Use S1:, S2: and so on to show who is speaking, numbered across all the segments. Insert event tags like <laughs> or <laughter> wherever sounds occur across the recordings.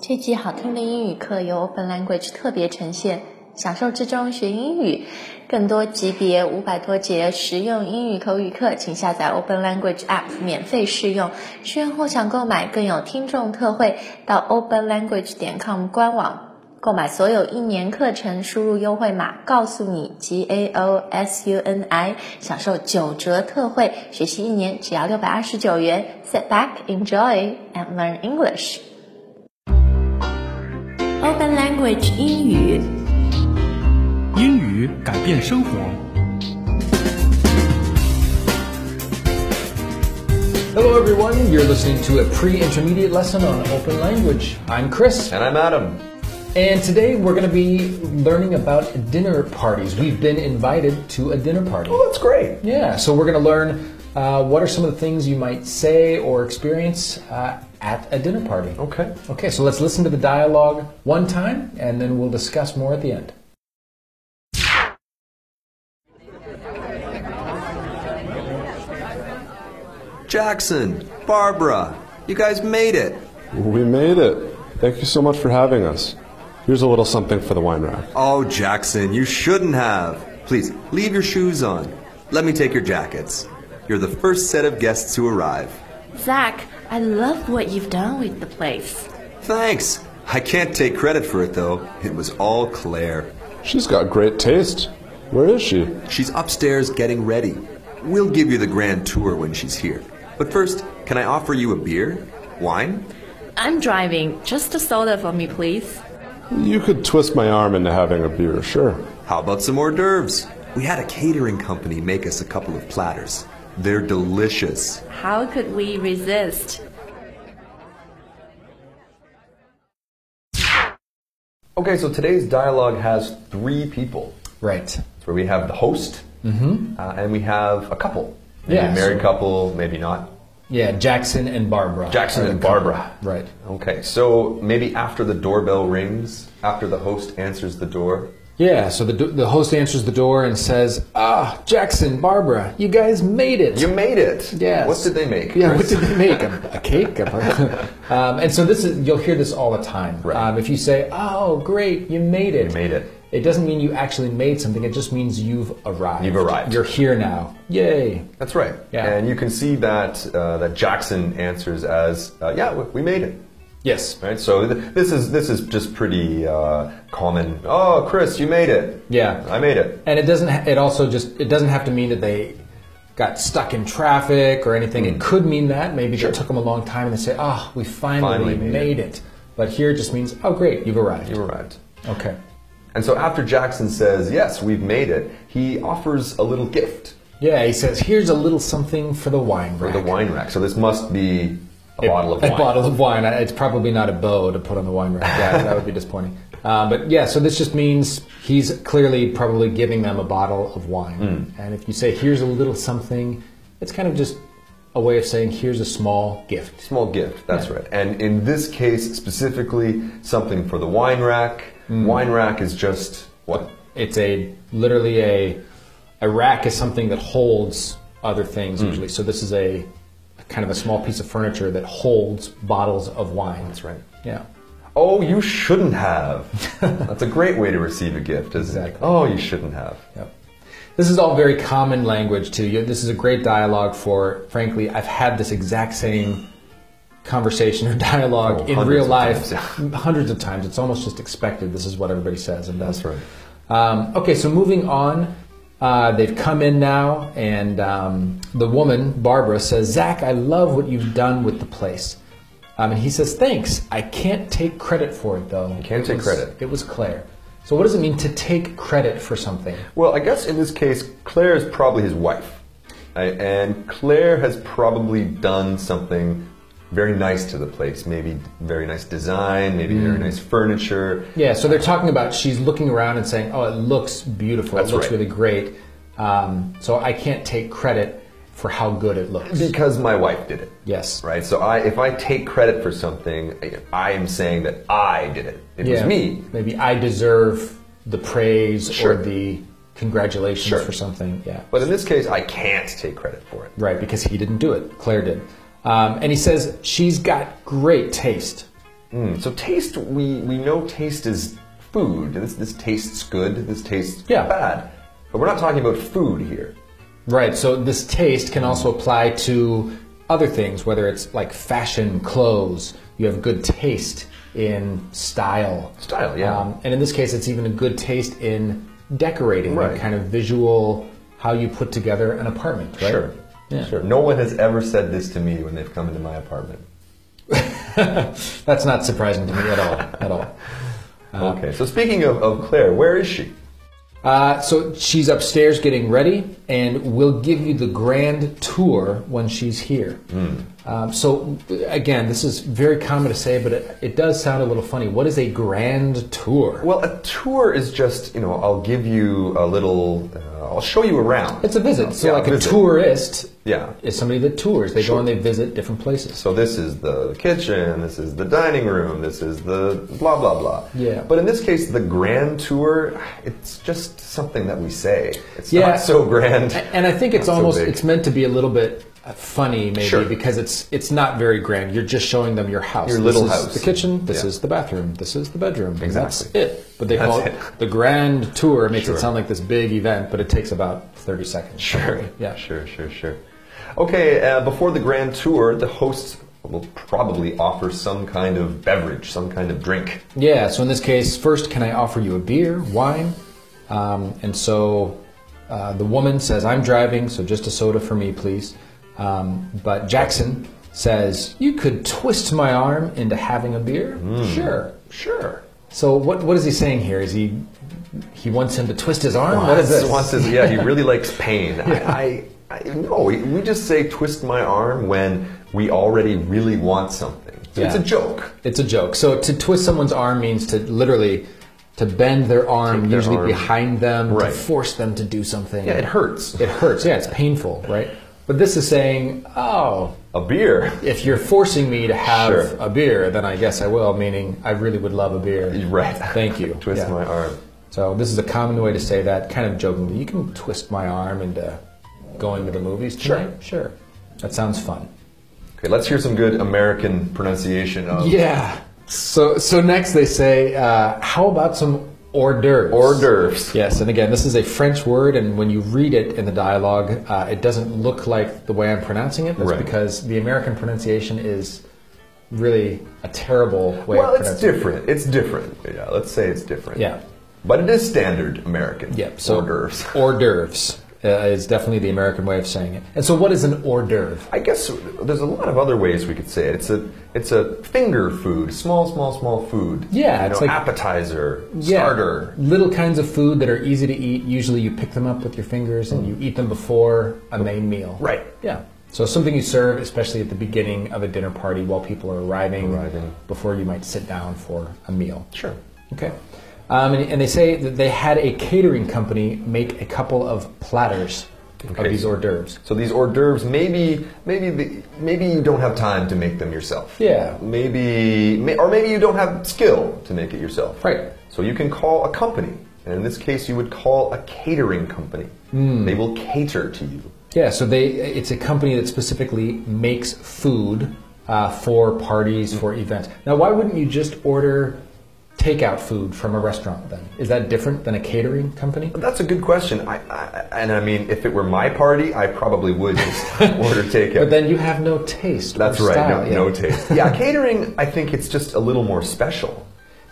S1: 这期好听的英语课由 Open Language 特别呈现，享受之中学英语。更多级别五百多节实用英语口语课，请下载 Open Language App 免费试用。试用后想购买更有听众特惠，到 Open Language 点 com 官网购买所有一年课程，输入优惠码“告诉你 ”G A O S U N I，享受九折特惠，学习一年只要六百二十九元。Sit back, enjoy, and learn English. Open Language 英语
S2: 英语改变生活。
S3: Hello, everyone. You're listening to a pre intermediate lesson on open language. I'm Chris,
S4: And I'm Adam.
S3: and today we're going to be learning about dinner parties. We've been invited to a dinner party.
S4: Well, Oh, that's great.
S3: Yeah, so we're going to learn uh, what are some of the things you might say or experience uh, at a dinner party.
S4: Okay.
S3: Okay, so let's listen to the dialogue one time and then we'll discuss more at the end.
S4: Jackson, Barbara, you guys made it.
S5: We made it. Thank you so much for having us. Here's a little something for the wine rack.
S4: Oh, Jackson, you shouldn't have. Please, leave your shoes on. Let me take your jackets. You're the first set of guests who arrive.
S1: Zach, I love what you've done with the place.
S4: Thanks. I can't take credit for it, though. It was all Claire.
S5: She's got great taste. Where is she?
S4: She's upstairs getting ready. We'll give you the grand tour when she's here. But first, can I offer you a beer? Wine?
S1: I'm driving. Just a soda for me, please.
S5: You could twist my arm into having a beer, sure.
S4: How about some hors d'oeuvres? We had a catering company make us a couple of platters. They're delicious.
S1: How could we resist?
S4: Okay, so today's dialogue has three people.
S3: Right.
S4: It's where we have the host,
S3: Mm-hmm.
S4: uh, and we have a couple. Maybe
S3: Yeah,
S4: a married
S3: so-
S4: couple, maybe not.
S3: Yeah, Jackson and Barbara.
S4: Jackson
S3: are the
S4: and
S3: couple.
S4: Barbara.
S3: Right.
S4: Okay, so maybe after the doorbell rings, after the host answers the door.
S3: Yeah, so the, do- the host answers the door and says, Ah, Jackson, Barbara, you guys made it.
S4: You made it.
S3: Yes.
S4: What did they
S3: <laughs>
S4: make?
S3: Yeah, what
S4: Chris?
S3: did they make? A, a cake? A
S4: <laughs>
S3: bun- um, and so this is, you'll hear this all the time.
S4: Right.
S3: Um, if you say, oh, great, you made it.
S4: You made it.
S3: It doesn't mean you actually made something, it just means you've arrived.
S4: You've arrived.
S3: You're here now. Yay.
S4: That's right.
S3: Yeah.
S4: And you can see that uh, that Jackson answers as, uh, "Yeah, we we made it."
S3: Yes.
S4: Right. So th- this is this is just pretty uh, common. Oh, Chris, you made it.
S3: Yeah.
S4: I made it.
S3: And it doesn't, ha- it also just, it doesn't have to mean that they got stuck in traffic or anything.
S4: Hmm.
S3: It could mean that. Maybe it took them a long time and they say, ah, we finally,
S4: Finally
S3: made,
S4: made
S3: it. But here it just means, oh, great, you've arrived.
S4: You arrived.
S3: okay.
S4: And so after Jackson says, Yes, we've made it, he offers a little gift
S3: Yeah, he says, here's a little something for the wine
S4: for
S3: rack.
S4: the wine rack. So this must be a bottle of wine.
S3: A bottle of wine. I- It's probably not a bow to put on the wine rack. Yeah, that would be disappointing. Uh, but yeah, so this just means he's clearly probably giving them a bottle of wine.
S4: Hmm.
S3: And if you say, here's a little something, it's kind of just a way of saying, here's a small gift.
S4: Small gift, that's right. And in this case, specifically, something for the wine rack.
S3: Hmm.
S4: Wine rack is just what?
S3: It's a literally a, a rack is something that holds other
S4: Hmm.
S3: things usually. So this is a kind of a small piece of furniture that holds bottles of wine.
S4: That's right.
S3: Yeah.
S4: Oh, you
S3: <laughs>
S4: shouldn't have. that's a great way to receive a gift, isn't
S3: Exactly.
S4: it? Oh, you shouldn't have.
S3: Yep. This is all very common language too. You- This is a great dialogue for. Frankly, I've had this exact same conversation or <laughs> dialogue
S4: Oh,
S3: in
S4: hundreds
S3: real
S4: of
S3: life <laughs>
S4: times,
S3: hundreds of times. It's almost just expected. This is what everybody says, and that's,
S4: That's
S3: Um, okay, so moving on. Uh, they've come in now, and um, the woman, Barbara, says, Zach, I love what you've done with the place. Um, and he says, Thanks. I can't take credit for it, though. You
S4: can't take credit.
S3: It was Claire. So, what does it mean to take credit for something?
S4: Well, I guess in this case, Claire is probably his wife. right? And Claire has probably done something very nice to the place. Maybe very nice design, maybe very nice furniture.
S3: Yeah, so they're talking about she's looking around and saying, "Oh, it looks beautiful.
S4: That's
S3: it looks
S4: right.
S3: really great." Um, so I can't take credit for how good it looks.
S4: Because my wife did it.
S3: Yes.
S4: Right? So I, if I take credit for something, I- I am saying that I did it. It was me.
S3: Maybe I deserve the praise
S4: Sure.
S3: or the congratulations
S4: Sure.
S3: for something. Yeah.
S4: But in this case, I can't take credit for it.
S3: Right, because he didn't do it. Claire did. Um, and he says she's got great taste.
S4: Mm, so taste, we, we know taste is food. This, this tastes good. This tastes
S3: Yeah.
S4: bad. But we're not talking about food here.
S3: Right. So this taste can also apply to other things, whether it's like fashion, clothes. You have good taste in style. Um,
S4: Style, yeah.
S3: and in this case, it's even a good taste in decorating, the
S4: Right.
S3: kind of visual, how you put together an apartment. Right?
S4: Sure.
S3: Yeah.
S4: Sure. No one has ever said this to me when they've come into my apartment.
S3: <laughs> That's not surprising to me at all. At all. Uh-huh.
S4: okay. So speaking of, of Claire, where is she?
S3: Uh, so she's upstairs getting ready, and we'll give you the grand tour when she's here.
S4: Hmm.
S3: Um, so, again, this is very common to say, but it, it does sound a little funny. What is a grand tour?
S4: Well, a tour is just, you know, I'll give you a little, uh, I'll show you around.
S3: it's a visit. So,
S4: Yeah,
S3: like a
S4: visit.
S3: tourist
S4: Yeah.
S3: is somebody that tours. They go and they visit different places.
S4: So this is the kitchen, this is the dining room, this is the blah blah blah.
S3: Yeah.
S4: But in this case, the grand tour, it's just something that we say. It's
S3: Yeah.
S4: not so grand.
S3: A- And I think it's
S4: Not so
S3: almost
S4: big.
S3: it's meant to be a little bit uh, funny, maybe,
S4: Sure.
S3: because it's it's not very grand. You're just showing them your house.
S4: Your
S3: This
S4: little
S3: is
S4: house.
S3: The kitchen. This
S4: Yeah.
S3: is the bathroom. This is the bedroom. and That's
S4: Exactly.
S3: it. But they call it,
S4: That's it.
S3: the grand tour. Makes it
S4: Sure.
S3: sound like this big event, but it takes about thirty seconds.
S4: Sure.
S3: Yeah.
S4: Sure. Sure. Sure. Okay. Uh, before the grand tour, the hosts will probably offer some kind of beverage, some kind of drink.
S3: Yeah. So in this case, first, can I offer you a beer, wine? Um, and so uh, the woman says, "I'm driving, so just a soda for me, please." Um, but Jackson says, "You could twist my arm into having a beer."
S4: Hmm.
S3: Sure.
S4: Sure.
S3: So what what is he saying here? Is he he wants him to twist his arm? Oh, what is
S4: Wants-
S3: this?
S4: wants his- yeah,
S3: <laughs>
S4: he really likes pain. I, I, I no, we, we just say twist my arm when we already really want something. So It's a
S3: Yeah.
S4: joke.
S3: It's a joke. So to twist someone's arm means to literally to bend their arm,
S4: their
S3: usually
S4: arm.
S3: behind them, to
S4: Right.
S3: force them to do something.
S4: Yeah, it hurts.
S3: It hurts. Yeah, it's painful, right? But this is saying, oh,
S4: A beer. <laughs>
S3: if you're forcing me to have
S4: Sure.
S3: a beer, then I guess I will. Meaning, I really would love a beer.
S4: Right.
S3: Thank you.
S4: <laughs> Twist
S3: Yeah.
S4: my arm.
S3: So this is a common way to say that, kind of jokingly. You can twist my arm into going to the movies tonight. Sure, sure. That sounds fun.
S4: Okay, let's hear some good American pronunciation of
S3: Yeah. Oh. So so next they say, uh, how about some hors d'oeuvres?
S4: hors d'oeuvres.
S3: Yes, and again, this is a French word, and when you read it in the dialogue, uh, it doesn't look like the way I'm pronouncing it. That's
S4: Right.
S3: because the American pronunciation is really a terrible way
S4: Well,
S3: of
S4: it's
S3: pronouncing it.
S4: different. It's different. Yeah, let's say it's different.
S3: Yeah.
S4: But it is standard American.
S3: Yeah, so
S4: hors d'oeuvres.
S3: hors d'oeuvres, uh, is definitely the American way of saying it. And so, what is an hors d'oeuvre?
S4: I guess there's a lot of other ways we could say it. It's a it's a finger food, small, small, small food.
S3: Yeah,
S4: you
S3: it's
S4: know,
S3: like-
S4: appetizer,
S3: Yeah,
S4: starter.
S3: Little kinds of food that are easy to eat. Usually you pick them up with your fingers and you eat them before a main meal.
S4: Mm-hmm. Right.
S3: Yeah. So something you serve, especially at the beginning of a dinner party while people are arriving, arriving. before you might sit down for a meal.
S4: Sure.
S3: Okay. Um, and, and they say that they had a catering company make a couple of platters of
S4: Okay.
S3: these hors d'oeuvres.
S4: So these hors d'oeuvres, maybe maybe the, maybe you don't have time to make them yourself.
S3: Yeah.
S4: Maybe may, or maybe you don't have skill to make it yourself.
S3: Right.
S4: So you can call a company, and in this case, you would call a catering company.
S3: Hmm.
S4: They will cater to you.
S3: Yeah, so they it's a company that specifically makes food uh, for parties,
S4: Mm.
S3: for events. Now, why wouldn't you just order takeout food from a restaurant then? Is that different than a catering company?
S4: That's a good question. I, I and I mean, if it were my party, I probably would
S3: <laughs>
S4: just order takeout.
S3: But then you have no taste. or
S4: That's right.
S3: style,
S4: no,
S3: yeah. <laughs>
S4: no taste. Yeah, catering. I think it's just a little more special.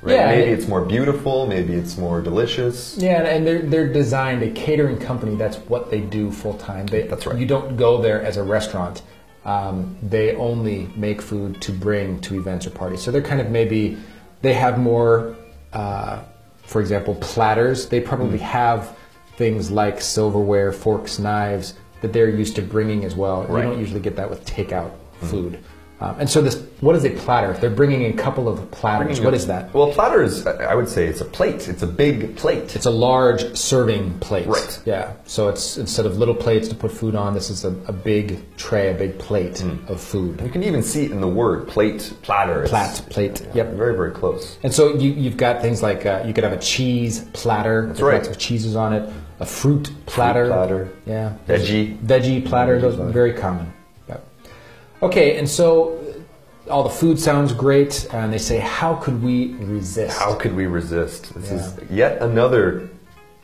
S4: Right?
S3: Yeah,
S4: maybe
S3: it-
S4: it's more beautiful. Maybe it's more delicious.
S3: Yeah, and- and they're they're designed a catering company. That's what they do full time. They,
S4: That's right.
S3: You don't go there as a restaurant. Um, they only make food to bring to events or parties. So they're kind of maybe they have more, uh, for example, platters. They
S4: Hmm.
S3: probably have things like silverware, forks, knives that they're used to bringing as well.
S4: Right. Hmm.
S3: You don't usually get that with takeout food. Um, and so this, what is a platter? If they're bringing a couple of platters, what is that?
S4: Well, platter is. I I would say it's a plate. It's a big plate.
S3: It's a large serving plate.
S4: Right.
S3: Yeah. So it's instead of little plates to put food on, this is a, a big tray, a big plate of
S4: you
S3: food.
S4: can even see it in the word plate, platter. It's
S3: Plat, plate. Yep.
S4: Very, very close.
S3: And so you, you've got things like uh, you could have a cheese platter. That's
S4: right.
S3: Lots of cheeses on it. A fruit platter.
S4: platter.
S3: Yeah.
S4: Veggie.
S3: Veggie platter. Those are very common. Yep. Okay. And so uh, all the food sounds great, and they say, "How could we resist?"
S4: How could we resist? This is yet another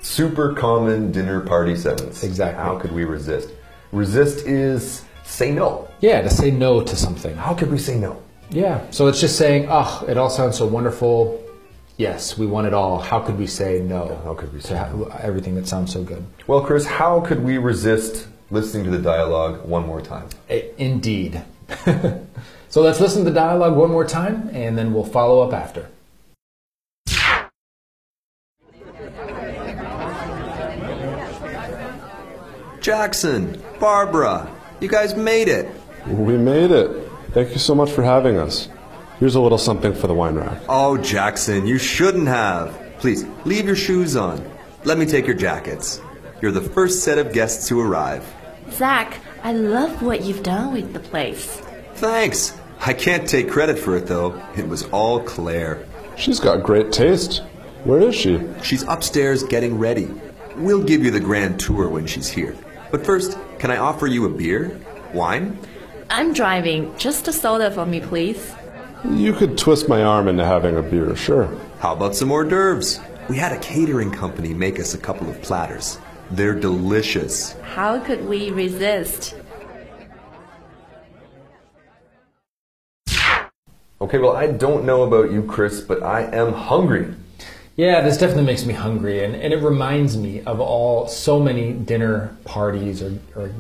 S4: super common dinner party sentence.
S3: Exactly.
S4: How could we resist? Resist is say no.
S3: yeah, to say no to something.
S4: How could we say no?
S3: Yeah. So it's just saying, "Oh, it all sounds so wonderful." Yes, we want it all. How could we say no?
S4: How could we
S3: to
S4: say
S3: ha- everything that sounds so good?
S4: Well, Chris, how could we resist listening to the dialogue one more time?
S3: I- Eh, Indeed. <laughs> so let's listen to the dialogue one more time, and then we'll follow up after.
S4: Jackson, Barbara, you guys made it.
S5: We made it. Thank you so much for having us. Here's a little something for the wine rack.
S4: Oh, Jackson, you shouldn't have. Please, leave your shoes on. Let me take your jackets. You're the first set of guests to arrive.
S1: Zach, I love what you've done with the place.
S4: Thanks. I can't take credit for it, though. It was all Claire.
S5: She's got great taste. Where is she?
S4: She's upstairs getting ready. We'll give you the grand tour when she's here. But first, can I offer you a beer? Wine?
S1: I'm driving. Just a soda for me, please.
S5: You could twist my arm into having a beer, sure.
S4: How about some hors d'oeuvres? We had a catering company make us a couple of platters. They're delicious.
S1: How could we resist?
S4: Okay, well, I don't know about you, Chris, but I am hungry.
S3: Yeah, this definitely makes me hungry, and, and it reminds me of all so many dinner parties or, or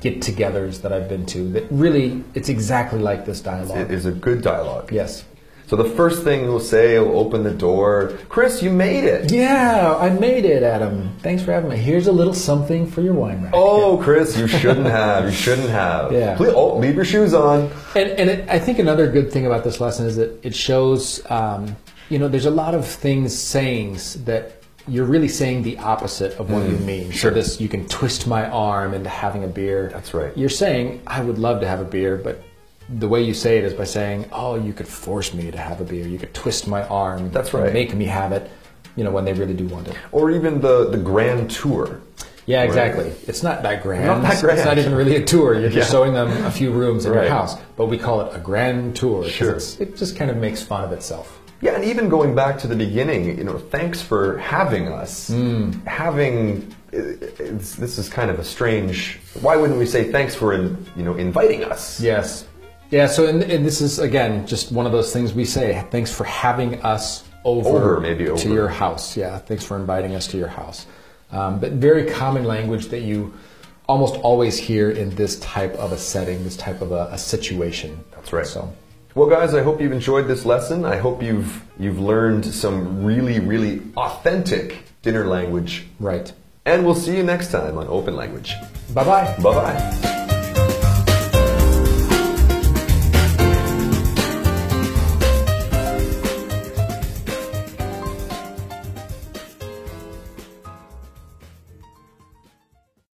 S3: get togethers that I've been to that really it's exactly like this dialogue.
S4: It is a good dialogue.
S3: yes.
S4: So the first thing you'll say will open the door. Chris, you made it.
S3: Yeah, I made it, Adam. Thanks for having me. Here's a little something for your wine rack.
S4: Oh, Chris, you shouldn't have. You shouldn't have.
S3: Yeah.
S4: Please, oh, leave your shoes on.
S3: And, and it, I think another good thing about this lesson is that it shows, um, you know, there's a lot of things, sayings that you're really saying the opposite of what you mean.
S4: Mm, sure.
S3: So this, you can twist my arm into having a beer.
S4: That's right.
S3: You're saying, I would love to have a beer, but the way you say it is by saying, oh, you could force me to have a beer. You could twist my arm.
S4: That's
S3: and
S4: right.
S3: Make me have it, you know, when they really do want it.
S4: Or even the, the grand tour.
S3: Yeah, exactly. It's not that grand.
S4: Not that
S3: It's
S4: grand.
S3: not even really a tour. You're just
S4: Yeah.
S3: showing them a few rooms in
S4: Right.
S3: your house, but we call it a grand tour 'cause
S4: Sure.
S3: it's, it just kind of makes fun of itself.
S4: Yeah, and even going back to the beginning, you know, thanks for having us. Having it's, this is kind of a strange. Why wouldn't we say thanks for in, you know inviting us?
S3: Yes. Yeah. So, and, and this is again just one of those things we say. Thanks for having us over,
S4: Over, maybe over.
S3: to your house. Yeah. Thanks for inviting us to your house. Um, but very common language that you almost always hear in this type of a setting, this type of a, a situation.
S4: That's right.
S3: So.
S4: Well, guys, I hope you've enjoyed this lesson. I hope you've you've learned some really really authentic dinner language.
S3: Right.
S4: And we'll see you next time on Open Language.
S3: Bye bye.
S4: Bye bye.